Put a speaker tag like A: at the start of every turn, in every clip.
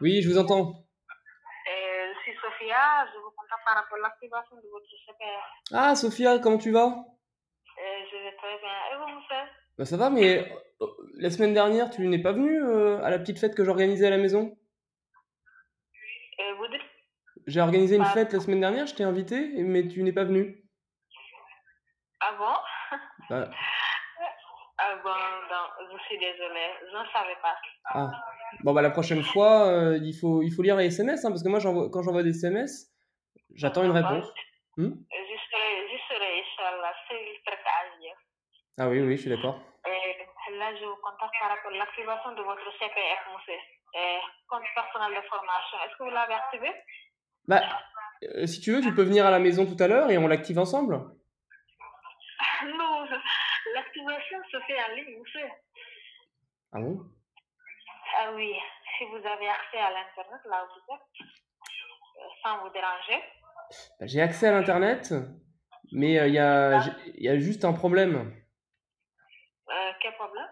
A: Oui, je vous entends.
B: Euh, je suis Sophia, je vous contacte par rapport à l'activation de votre CPR.
A: Ah, Sophia, comment tu vas
B: Euh, je vais très bien. Et vous, monsieur
A: Bah ça va, mais euh, la semaine dernière, tu n'es pas venu euh, à la petite fête que j'organisais à la maison
B: Euh, Vous dites
A: J'ai organisé une
B: Ah.
A: fête la semaine dernière, je t'ai invité, et- mais tu n'es pas venu.
B: Ah bon
A: Bah,
B: Ah bon, non, je suis désolée, je ne savais pas.
A: ah. Bon, bah la prochaine fois, euh, il, faut, il faut lire les SMS, hein, parce que moi, j'envoie- quand j'envoie des SMS, j'attends une réponse. Hmm
B: Je serai, je serai, Inch'Allah, c'est le tracage.
A: Ah oui, oui, je suis d'accord.
B: Et là, je vous contacte par rapport à l'activation de votre CPF, monsieur. Et compte personnel de formation, est-ce que vous l'avez activé
A: Bah, euh, si tu veux, tu peux venir à la maison tout à l'heure et on l'active ensemble.
B: Non, l'activation se fait en ligne, monsieur.
A: Ah bon
B: Ah oui, si vous avez accès à l'Internet, là où vous êtes, euh, sans vous déranger.
A: Bah, J'ai accès à l'internet, mais euh, il y, a, j'ai- il y a juste un problème.
B: Euh, quel problème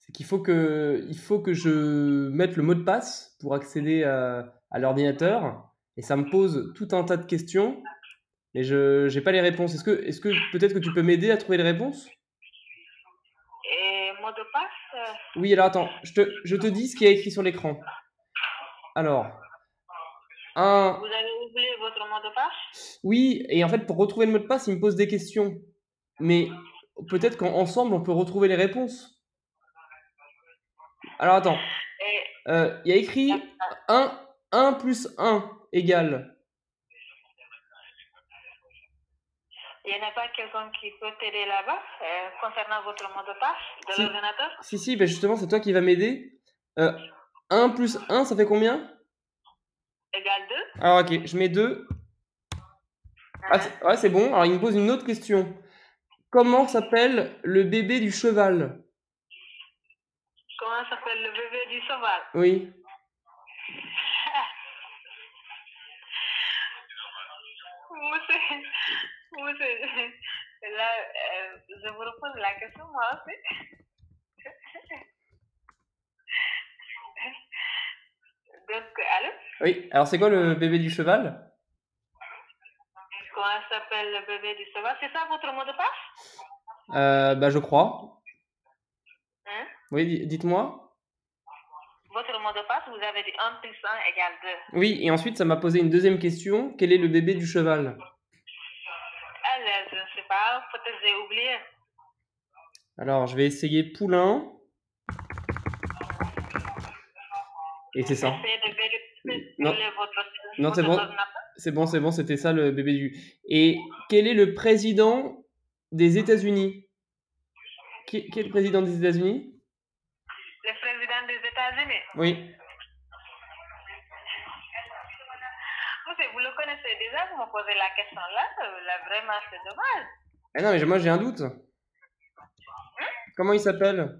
A: C'est qu'il faut que, il faut que je mette le mot de passe pour accéder à, à l'ordinateur. Et ça me pose tout un tas de questions, mais je n'ai pas les réponses. Est-ce que, est-ce que peut-être que tu peux m'aider à trouver les réponses
B: Et mot de passe euh,
A: Oui, alors attends, je te, je te dis ce qu'il y a écrit sur l'écran. Alors, un...
B: Vous avez oublié votre mot de passe
A: Oui, et en fait, pour retrouver le mot de passe, il me pose des questions. Mais peut-être qu'ensemble, on peut retrouver les réponses. Alors attends,
B: Et
A: euh, il y a écrit 1, 1 plus 1 égale.
B: il n'y en a pas quelqu'un qui peut t'aider là-bas euh, concernant votre mot de passe de
A: Si.
B: l'ordinateur
A: Si, si, ben justement, c'est toi qui vas m'aider. Euh, 1 plus 1, ça fait combien
B: égale 2
A: Alors, ok, je mets 2. Ah, c'est- ouais, c'est bon. Alors, il me pose une autre question. Comment s'appelle le bébé du cheval
B: Comment s'appelle le bébé du cheval
A: Oui.
B: Monsieur, monsieur, là, euh, je vous repose la question moi aussi. Donc, allô
A: Oui, alors c'est quoi le bébé du cheval
B: Comment s'appelle le bébé du cheval C'est ça votre mot de passe
A: Euh, bah, je crois.
B: Hein
A: Oui, di- dites-moi.
B: Votre mot de passe, vous avez dit 1 plus 1 égale 2.
A: Oui, et ensuite, ça m'a posé une deuxième question. Quel est le bébé du cheval
B: Alors, je ne sais pas, peut-être j'ai oublié.
A: Alors, je vais essayer poulain. Et c'est ça.
B: Essayez de vérifier
A: Non.
B: quel est votre,
A: Non, c'est
B: votre
A: bon.
B: ordinateur.
A: C'est bon, c'est bon, c'était ça le bébé du. Et quel est le président des États-Unis qui, qui est le président des États-Unis
B: Le président des États-Unis.
A: Oui.
B: Monsieur, vous le connaissez déjà, vous me posez la question là, euh, là vraiment c'est dommage.
A: Ah non, mais j'ai- moi j'ai un doute. Comment il s'appelle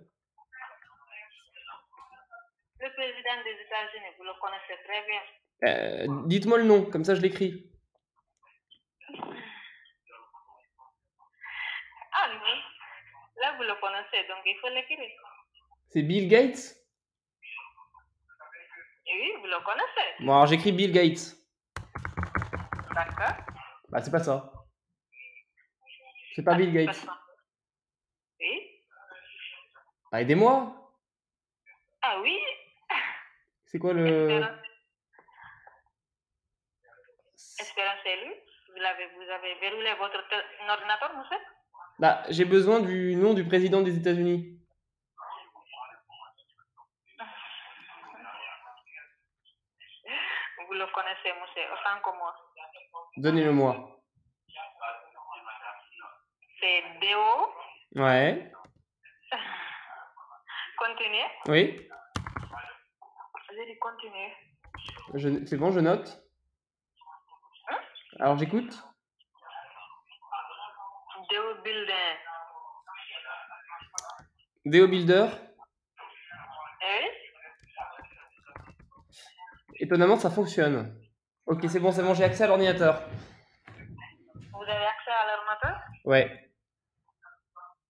B: Le président des États-Unis, vous le connaissez très bien.
A: Euh, Dites-moi le nom, comme ça je l'écris.
B: Ah oui, là vous le connaissez, donc il faut l'écrire.
A: C'est Bill Gates
B: Oui, vous le connaissez,
A: Bon, alors j'écris Bill Gates.
B: d'accord
A: Bah, c'est pas ça. C'est pas Bill Gates.
B: Oui
A: Bah, aidez-moi
B: Ah oui
A: C'est quoi le.
B: Espérance- Espérance c'est lui vous avez, vous avez verrouillé votre te- ordinateur, monsieur
A: Bah, j'ai besoin du nom du président des États-Unis.
B: Vous le connaissez, monsieur, autant que moi.
A: Donnez-le-moi.
B: C'est DO,
A: Ouais.
B: continuez.
A: Oui.
B: J'ai dit continuez.
A: Je- C'est bon, je note. Alors, j'écoute.
B: DO Building.
A: Deo Builder.
B: Oui
A: Étonnamment, ça fonctionne. Ok, c'est bon, c'est bon, j'ai accès à l'ordinateur.
B: Vous avez accès à l'ordinateur
A: Ouais.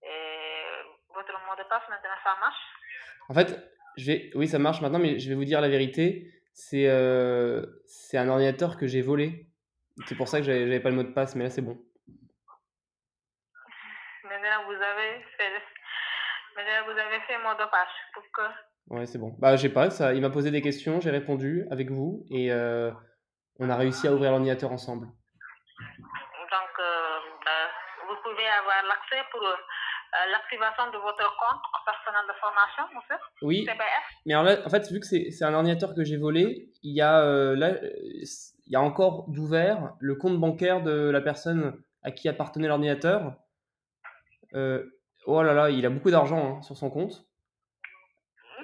B: et Euh, votre mot de passe maintenant ça marche
A: En fait, je vais... oui, ça marche maintenant, mais je vais vous dire la vérité. C'est euh, c'est un ordinateur que j'ai volé. C'est pour ça que j'avais j'avais pas le mot de passe, mais là c'est bon.
B: Maintenant, vous avez fait, maintenant, vous avez fait mot de passe pour que.
A: Ouais, c'est bon. Bah, je sais pas, ça, il m'a posé des questions, j'ai répondu avec vous et euh, on a réussi à ouvrir l'ordinateur ensemble.
B: Donc, euh, euh, vous pouvez avoir l'accès pour euh, l'activation de votre compte personnel de formation, monsieur
A: Oui,
B: CPF.
A: mais alors là, en fait, vu que c'est c'est un ordinateur que j'ai volé, il y a, euh, là, euh, il y a encore d'ouvert le compte bancaire de la personne à qui appartenait l'ordinateur. Euh, oh là là, il a beaucoup d'argent hein, sur son compte.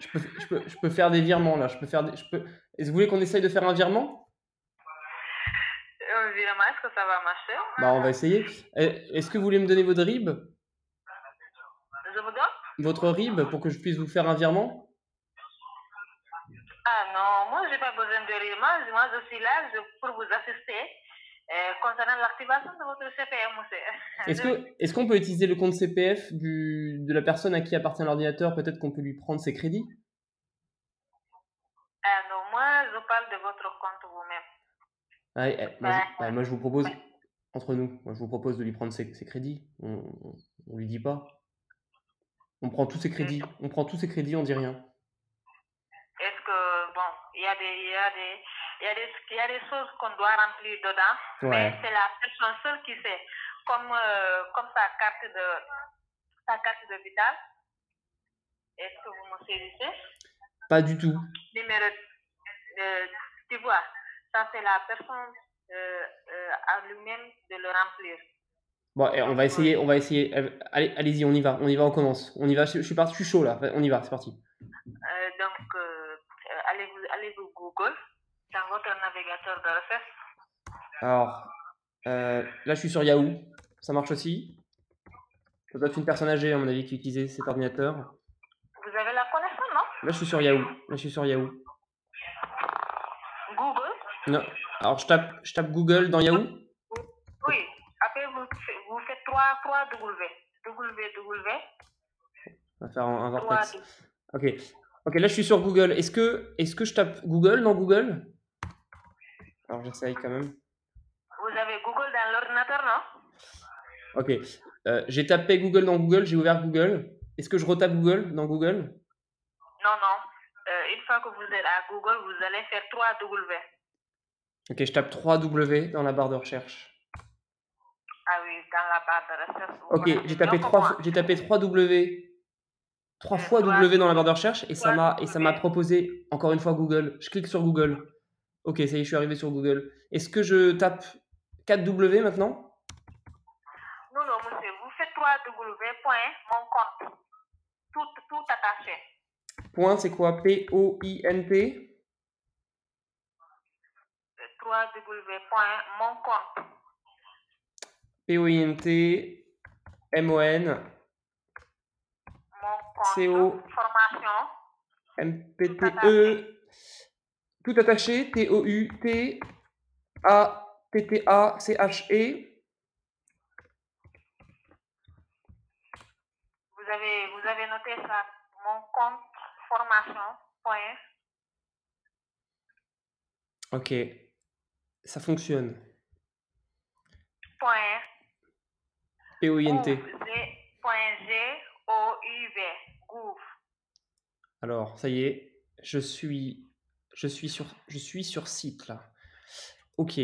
A: Je peux, je, peux, je peux faire des virements là. Je peux faire des, je peux... Est-ce que vous voulez qu'on essaye de faire un virement
B: Euh, Évidemment, est-ce que ça va marcher
A: Bah, on va essayer. Eh, Est-ce que vous voulez me donner votre RIB
B: Je vous donne
A: Votre RIB pour que je puisse vous faire un virement
B: Ah non, moi, j'ai pas besoin de rien. Moi, je- moi, je suis là je- pour vous assister euh, concernant l'activation de votre CPF, monsieur.
A: Est-ce que est-ce qu'on peut utiliser le compte CPF du, de la personne à qui appartient l'ordinateur Peut-être qu'on peut lui prendre ses crédits.
B: Ah non, moi, je parle de votre compte vous-même.
A: Ouais, eh, moi, je, ouais, moi, je vous propose entre nous. Moi je vous propose de lui prendre ses, ses crédits. On, on, on lui dit pas. On prend tous ses crédits. On prend tous ses crédits. On dit rien.
B: Est-ce que, bon, il y, a des- il y, a des- il y, a des- il y a des choses qu'on doit remplir dedans
A: Ouais.
B: Mais c'est la personne seule qui sait. Comme, euh, comme sa carte de sa carte de vital. Est-ce que vous me saisissez
A: Pas du tout.
B: Numéro de- tu vois, ça c'est la personne euh, euh, à lui-même de le remplir.
A: Bon, eh, on va essayer. On va essayer. Eh, Allez, allez-y. On y va. On y va. On commence. On y va. Je, je suis parti. Je suis chaud là. On y va. C'est parti.
B: Euh, donc euh, euh, allez vous allez vous Google dans votre navigateur de recherche.
A: Alors, euh, là, je suis sur Yahoo. Ça marche aussi. Ça doit être une personne âgée, à mon avis, qui utilisait cet ordinateur.
B: Vous avez la connaissance, non
A: Là, je suis sur Yahoo. Là, je suis sur Yahoo.
B: Google.
A: Non. Alors, je tape, je tape Google dans Yahoo.
B: Oui. Après vous f- vous faites 3 3 W W W
A: On va faire un, un
B: 3
A: vortex. Ok. Ok, là, je suis sur Google. Est-ce que, est-ce que je tape Google dans Google Alors, j'essaye quand même.
B: Vous avez Google dans l'ordinateur, non
A: Ok. Euh, j'ai tapé Google dans Google. J'ai ouvert Google. Est-ce que je retape Google dans Google
B: Non, non. Euh, une fois que vous êtes à Google, vous allez faire 3 W.
A: Ok, je tape 3W dans la barre de recherche.
B: Ah oui, dans la barre de recherche. vous
A: Ok,
B: connaissez
A: j'ai tapé
B: mieux que
A: 3
B: moi.
A: fois- j'ai tapé 3 W 3
B: Euh,
A: fois
B: trois-
A: W dans la barre de recherche et ça
B: trois
A: m'a et ça m'a
B: W.
A: proposé encore une fois Google. Je clique sur Google. Ok, ça y est, je suis arrivé sur Google. Est-ce que je tape 4 W maintenant
B: Non, non, monsieur, vous faites 3 W. Point, mon compte. Tout, tout attaché.
A: Point, c'est quoi P O I N T
B: 3 W. Point, mon compte.
A: P O I N T M O N
B: Mon compte.
A: CO.
B: Formation.
A: M P T E tout attaché T O U T A T T A C H E
B: Vous avez, vous avez noté ça. Mon compte. Formation. Point.
A: Ok, ça fonctionne.
B: Point.
A: P O I N T.
B: gouv, G- Point. G. O. U. V. Gouv.
A: Alors, ça y est, je suis, je suis sur, je suis sur site là. Ok.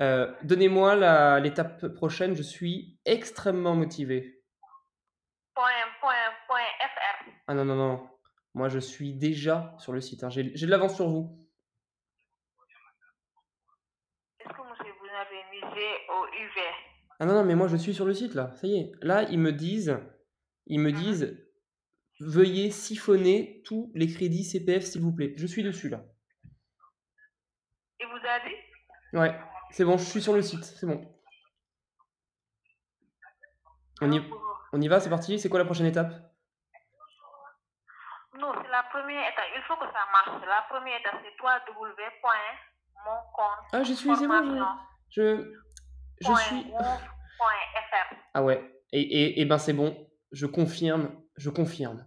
A: Euh, Donnez-moi la- l'étape prochaine. Je suis extrêmement motivé.
B: Point. Point. Point. FR.
A: Ah non non non. Moi, je suis déjà sur le site. hein. J'ai j'ai de l'avance sur vous.
B: Est-ce que monsieur, vous avez mis G au UV
A: Ah non non, mais moi, je suis sur le site là. Ça y est. Là, ils me disent, ils me disent, veuillez siphonner tous les crédits CPF s'il vous plaît. Je suis dessus là.
B: Il vous a dit
A: Ouais. C'est bon, je suis sur le site. C'est bon. On y, on y va, c'est parti. C'est quoi la prochaine étape
B: Non, c'est la première étape. Il faut que ça marche. La première étape, c'est www.moncompte.fr.
A: Ah, j'y suis, c'est bon, je, je, je suis. Ah ouais, et, et, et ben c'est bon, je confirme, je confirme,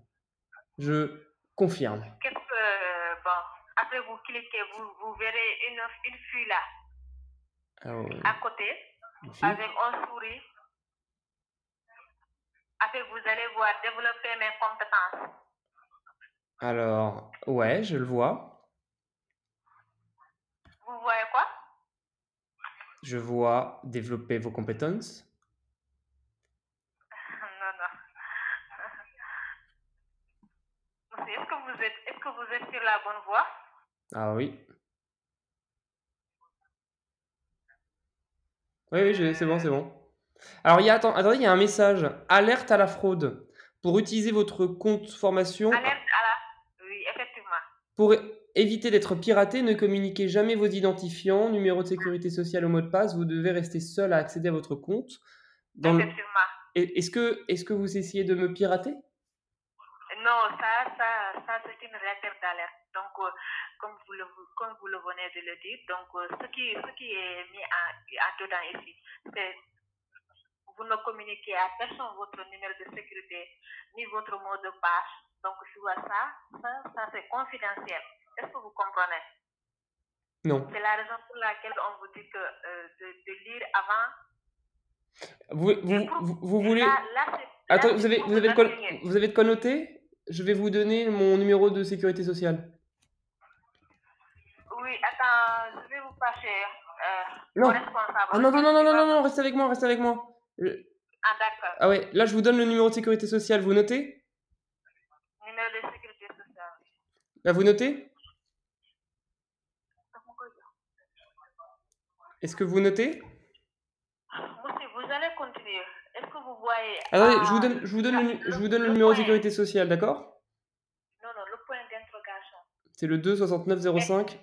A: je confirme.
B: Qu'est-ce que. euh, Bon, à Après, vous cliquez, vous, vous verrez une, une fille là,
A: Alors, euh,
B: à côté,
A: ici.
B: Ah, avec un sourire. Après, vous allez voir développer mes compétences.
A: Alors, ouais, je le vois.
B: Vous voyez quoi
A: Je vois développer vos compétences.
B: Non, non. Monsieur, est-ce que vous êtes, est-ce que vous êtes sur la bonne voie
A: Ah oui. Oui, oui, j'ai- c'est bon, c'est bon. Alors, il y a, attends- attendez, il y a un message. Alerte à la fraude. Pour utiliser votre compte formation,
B: Alerte à la. Oui, effectivement.
A: pour é- éviter d'être piraté, ne communiquez jamais vos identifiants, numéro de sécurité sociale ou mot de passe. Vous devez rester seul à accéder à votre compte. Dans le-
B: Effectivement.
A: Et- Est-ce que, est que vous essayez de me pirater
B: Non, ça, ça, ça c'est une lettre d'alerte. Donc, euh, comme, vous le, comme vous le venez de le dire, donc, euh, ce, qui, ce qui est mis en, en dedans ici, c'est vous ne communiquez à personne votre numéro de sécurité ni votre mot de passe. Donc, tu vois ça, ça, ça c'est confidentiel. Est-ce que vous comprenez
A: Non.
B: C'est la raison pour laquelle on vous dit que, euh, de, de lire avant.
A: Vous, vous, vous, vous voulez...
B: Là, là, c'est- là,
A: Attends,
B: c'est
A: vous avez,
B: pour
A: vous, avez de quoi,
B: renseigner.
A: vous avez de quoi noter Je vais vous donner mon numéro de sécurité sociale.
B: Oui, attends, je vais vous passer euh,
A: Non.
B: au responsable.
A: Ah non, non, non, non, non, non, non, restez avec moi, restez avec moi.
B: Ah, d'accord.
A: Ah ouais, là je vous donne le numéro de sécurité sociale, vous notez
B: Numéro de sécurité sociale.
A: Là Ah, vous notez Est-ce que vous notez
B: Monsieur, vous allez continuer. Est-ce que vous voyez.
A: Attendez,
B: ah,
A: je vous donne, je vous donne, le, nu-
B: le-
A: je vous donne le
B: le
A: numéro de
B: point.
A: sécurité sociale, d'accord
B: Non, non, le point d'interrogation.
A: C'est le 2 69 05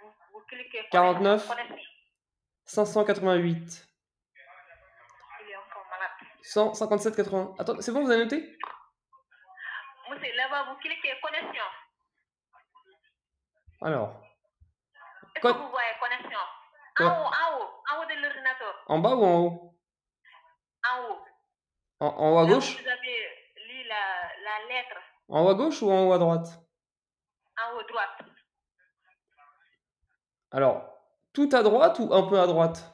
B: Vous, vous cliquez.
A: 49.
B: Connaissez,
A: 588
B: il est encore malade.
A: 157 80. Attends, c'est bon, vous avez noté
B: Monsieur, là-bas, vous cliquez connexion.
A: Alors,
B: Est-ce
A: Con-
B: que vous voyez connexion
A: Quoi
B: En haut, en haut, en haut de l'ordinateur.
A: en bas ou en haut
B: En haut.
A: en, en haut à
B: Là,
A: gauche
B: Vous avez lu la, la lettre
A: En haut à gauche ou en haut à droite
B: en haut droite.
A: Alors, tout à droite ou un peu à droite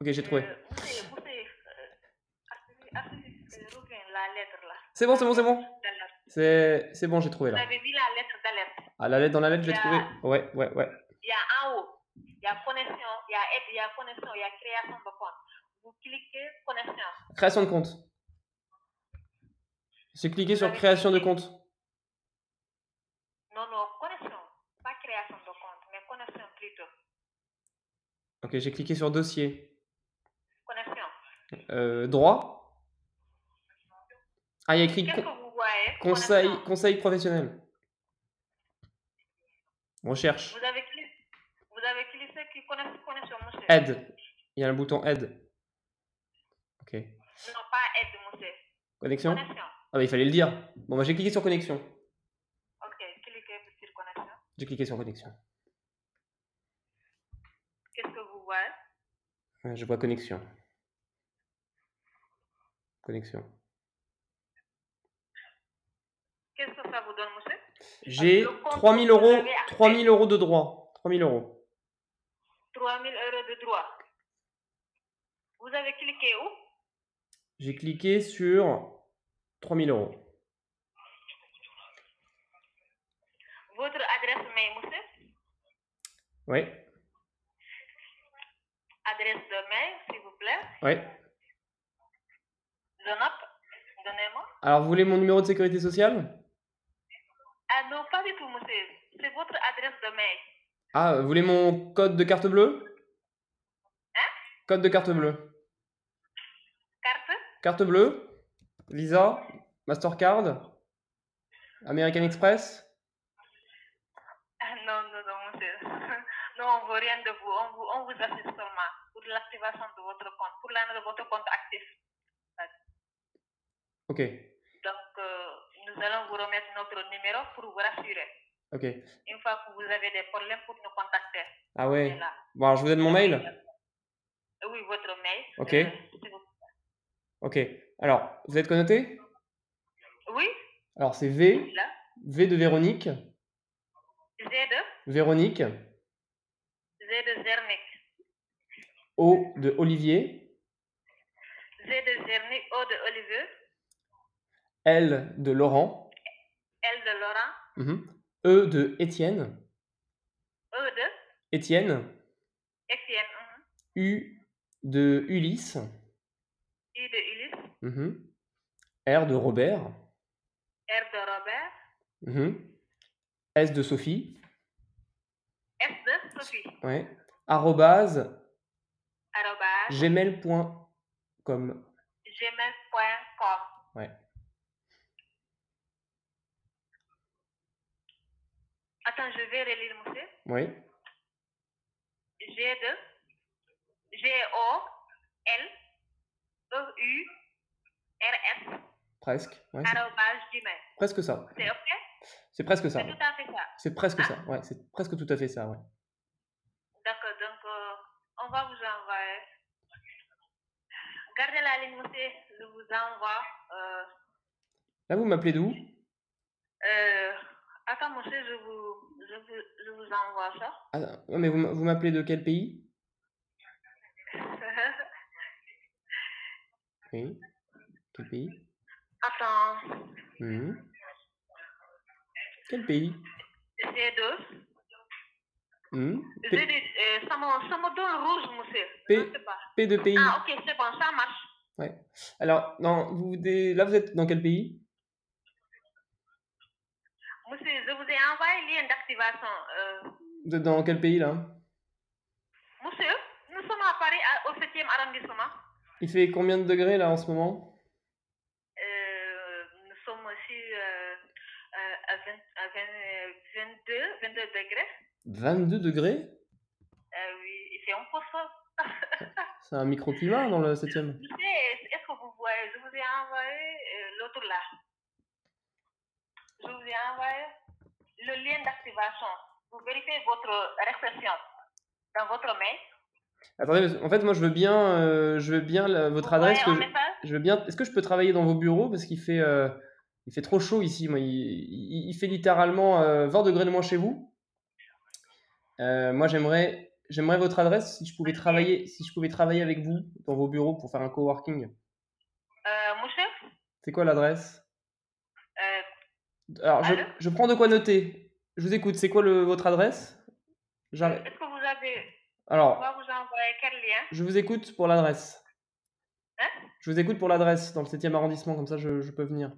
A: Ok, j'ai trouvé.
B: Euh, monsieur, monsieur. euh, Asseyez, asseyez, euh, reviens la lettre là.
A: C'est bon, c'est bon, c'est bon.
B: D'alerte.
A: C'est c'est bon, j'ai trouvé
B: Vous
A: là.
B: avez vu la lettre d'alerte
A: Ah, la lettre dans la lettre, je l'ai
B: Il y a-
A: trouvée. Ouais, ouais, ouais.
B: il y a en haut, il y a connexion, il y a aide, il y a connexion, il y a création de compte. Vous cliquez connexion.
A: Création de compte. J'ai cliqué sur création de compte.
B: Non, non, connexion. Pas création de compte, mais connexion plutôt.
A: Ok, j'ai cliqué sur dossier.
B: Connexion.
A: Euh, droit. Ah, il y a écrit
B: Qu'est-ce
A: con-
B: que vous voyez
A: conseil,
B: Connexion.
A: conseil professionnel. Recherche.
B: Vous avez cliqué. Vous avez cliqué qui connaissent connexion, monsieur.
A: Aide. Il y a le bouton aide. Ok.
B: Non, pas aide, monsieur.
A: Connexion
B: Connexion.
A: Ah, mais il fallait le dire. Bon, bah, j'ai cliqué sur connexion.
B: Ok, cliquez sur connexion.
A: J'ai cliqué sur connexion.
B: Qu'est-ce que vous voyez
A: Ouais, Je vois connexion. Connexion.
B: Qu'est-ce que ça vous donne, monsieur
A: J'ai
B: Le compte
A: 3000
B: que vous
A: euros,
B: avez accès.
A: 3000 euros de droit. 3000 euros.
B: 3000 euros de droit. Vous avez cliqué où
A: J'ai cliqué sur 3000 euros.
B: Votre adresse mail, monsieur
A: Ouais,
B: adresse de mail, s'il vous plaît.
A: ouais.
B: Donop, donnez-moi.
A: Alors, vous voulez mon numéro de sécurité sociale
B: Ah non, pas du tout, monsieur. C'est votre adresse de mail.
A: Ah, vous voulez mon code de carte bleue
B: Hein
A: Code de carte bleue.
B: Carte
A: Carte bleue, Visa, Mastercard, American Express.
B: ah, Non, non, non, monsieur. Non, on ne veut rien de vous. On vous, on vous assiste seulement pour l'activation de votre compte, pour l'année de votre compte actif.
A: Ok,
B: Donc, euh, nous allons vous remettre notre numéro pour vous rassurer.
A: ok.
B: Une fois que vous avez des problèmes, pour nous contacter.
A: Ah
B: On est
A: ouais.
B: là.
A: Bon, alors, je vous donne mon mail
B: Oui, votre mail.
A: Ok.
B: euh, s'il vous
A: Ok. Alors, vous êtes connoté
B: plaît. oui,
A: Alors, c'est V,
B: là.
A: V de Véronique,
B: Z de
A: Véronique,
B: Z de Zernik.
A: O de Olivier,
B: Z de Zernik, O de Olivier.
A: L de Laurent,
B: L de Laurent.
A: mhm, E de Étienne,
B: E de
A: Étienne,
B: Etienne. mhm.
A: U de Ulysse,
B: I de Ulysse.
A: mhm, R de Robert,
B: R de Robert.
A: mhm, S de Sophie,
B: S de Sophie.
A: ouais, arrobase
B: Arrobas.
A: gmail.com.
B: Gmail.com.
A: Ouais.
B: Attends, je vais relire, monsieur.
A: Oui,
B: G de G-O-L E E-U R-S
A: presque. ouais, c'est
B: arrobas gmail.
A: presque ça.
B: C'est ok?
A: C'est presque ça.
B: C'est
A: ouais.
B: tout à fait ça.
A: C'est presque ça. Ouais, c'est presque tout à fait ça. Ouais.
B: D'accord, donc euh, on va vous envoyer. Gardez la ligne, monsieur. Je vous envoie. Euh,
A: Là, vous m'appelez d'où
B: euh, attends, monsieur, je vous, je, vous, je vous envoie ça.
A: ah, non, mais vous m- vous m'appelez de quel pays Oui. Quel pays
B: attends,
A: Mhm. Quel pays
B: G2.
A: Mhm.
B: J'ai
A: P,
B: dit, euh, ça me, ça me donne rouge, monsieur.
A: P-
B: Je sais pas.
A: P de pays.
B: Ah, ok, c'est bon, ça marche.
A: Alors, non, vous, des- là, vous êtes dans quel pays
B: Monsieur, je vous ai envoyé le lien d'activation. Euh,
A: Vous êtes dans quel pays, là
B: monsieur, nous sommes à Paris, à- au 7e arrondissement.
A: Il fait combien de degrés, là, en ce moment
B: Euh, nous sommes aussi euh, euh, à, 20 à 20 euh,
A: 22
B: 22, 22 degrés.
A: degrés
B: Euh, oui, il fait un peu chaud.
A: C'est un microclimat dans le 7 e
B: Monsieur, est-ce est-ce que vous voyez Je vous ai envoyé euh, l'autre là. Je vous ai envoyé le lien d'activation. Vous vérifiez votre réception dans votre mail.
A: Attendez, parce- en fait, moi, je veux bien, euh, je veux bien la- votre
B: Vous voyez
A: adresse. que
B: un
A: je-
B: message
A: je veux bien. Est-ce que je peux travailler dans vos bureaux parce qu'il fait, euh, il fait trop chaud ici. Moi, il, il- il fait littéralement euh, 20 degrés de moins chez vous. Euh, moi, j'aimerais, j'aimerais votre adresse si je pouvais
B: Ok.
A: travailler, si je pouvais travailler avec vous dans vos bureaux pour faire un coworking.
B: Euh, monsieur,
A: C'est quoi l'adresse
B: euh,
A: Alors, je,
B: Allô
A: je prends de quoi noter. Je vous écoute. C'est quoi le, votre adresse J'arrête.
B: Est-ce que vous avez. On
A: Alors,
B: va vous envoyer quel lien
A: je vous écoute pour l'adresse.
B: Hein
A: Je vous écoute pour l'adresse dans le 7e arrondissement, comme ça je, je peux venir.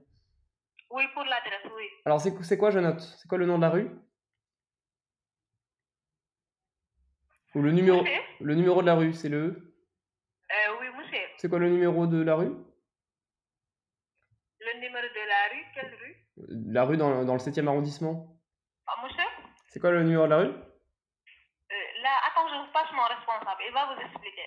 B: Oui, pour l'adresse, oui.
A: Alors, c'est c'est quoi, je note C'est quoi le nom de la rue Ou le numéro
B: Monsieur
A: Le numéro de la rue, c'est le.
B: Euh, Oui, monsieur.
A: C'est quoi le numéro de la rue
B: Le numéro de la rue, quelle rue
A: La rue dans, dans le 7e arrondissement.
B: Ah, Monsieur
A: C'est quoi le numéro de la rue
B: euh, Là, attends, je vous passe mon responsable. Il va vous expliquer.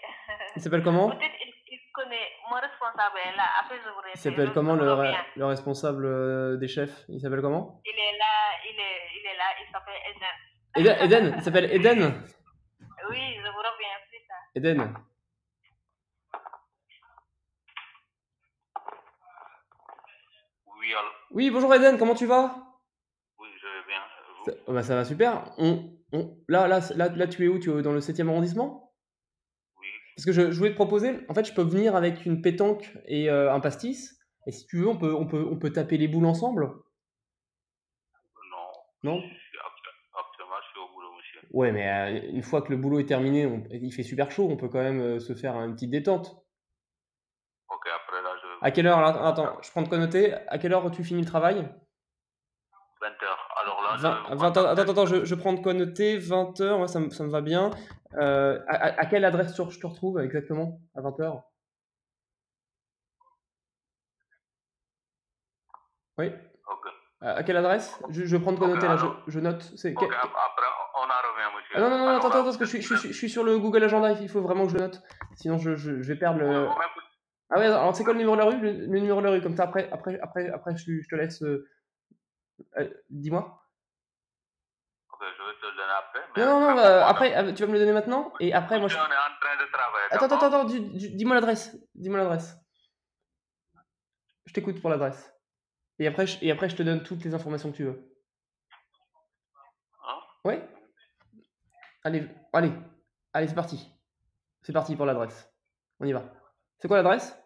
A: Il s'appelle comment
B: Peut-être il, il connaît. Mon responsable est là. Après, je vous réponds.
A: Il s'appelle comment le, re- le responsable euh, des chefs Il s'appelle comment
B: Il est là, il est, il est là, il s'appelle Eden.
A: Eden, Eden Il s'appelle Eden
B: Oui, je vous reviens plus tard.
A: Eden
C: Oui, allô
A: Oui, bonjour Eden, comment tu vas
C: oui, je vais bien. Vous
A: ça, oh bah, ça va super. On, on- là, là, là, là, tu es où Tu es dans le 7e arrondissement
C: Oui,
A: Parce que je, je voulais te proposer, en fait, je peux venir avec une pétanque et euh, un pastis. Et si tu veux, on peut, on peut, on peut taper les boules ensemble.
C: non.
A: Non
C: Je suis actu- actuellement, je suis au boulot, monsieur.
A: Ouais, mais euh, une fois que le boulot est terminé, on- il fait super chaud, on peut quand même euh, se faire une petite détente.
C: Ok, après là, je.
A: À quelle heure là, Attends, je prends de quoi noter. À quelle heure tu finis le travail
C: 20h. Alors là,
A: 20,
C: je. vais vous
A: 20 attends,
C: contacter.
A: attends, attends, je, je prends de quoi noter. 20h, ouais, ça, me- ça me va bien. Euh, à, à- à quelle adresse tu- je te retrouve exactement à 20h Oui
C: Ok,
A: À à quelle adresse je, je vais prendre quoi
C: Ok,
A: noter là, je,
C: alors.
A: je note. C'est...
C: Ok,
A: que-
C: ap- après, on on en revient, monsieur.
A: Ah non, non, non,
C: Alors
A: attends,
C: là,
A: attends, parce que je suis, je, suis, je suis sur le Google Agenda, il faut vraiment que je note. Sinon, je, je, je vais perdre le.
C: vous m'écoutez
A: Ah ouais, alors c'est quoi le numéro de la rue le, le numéro de la rue, comme ça, après, après, après, après je, je te laisse. euh, euh, dis-moi.
C: Ok, je vais te le donner après. mais-
A: Non, non, non, euh, après, euh, tu vas me le donner maintenant, et après, moi je.
C: Monsieur, On est en train de travailler.
A: Attends, attends,
C: d'accord
A: attends, du- du- dis-moi l'adresse. Dis-moi l'adresse. Je t'écoute pour l'adresse. Et après, je, et après, je te donne toutes les informations que tu veux.
C: Hein
A: Ouais Allez, allez, allez, c'est parti. C'est parti pour l'adresse. On y va. C'est quoi l'adresse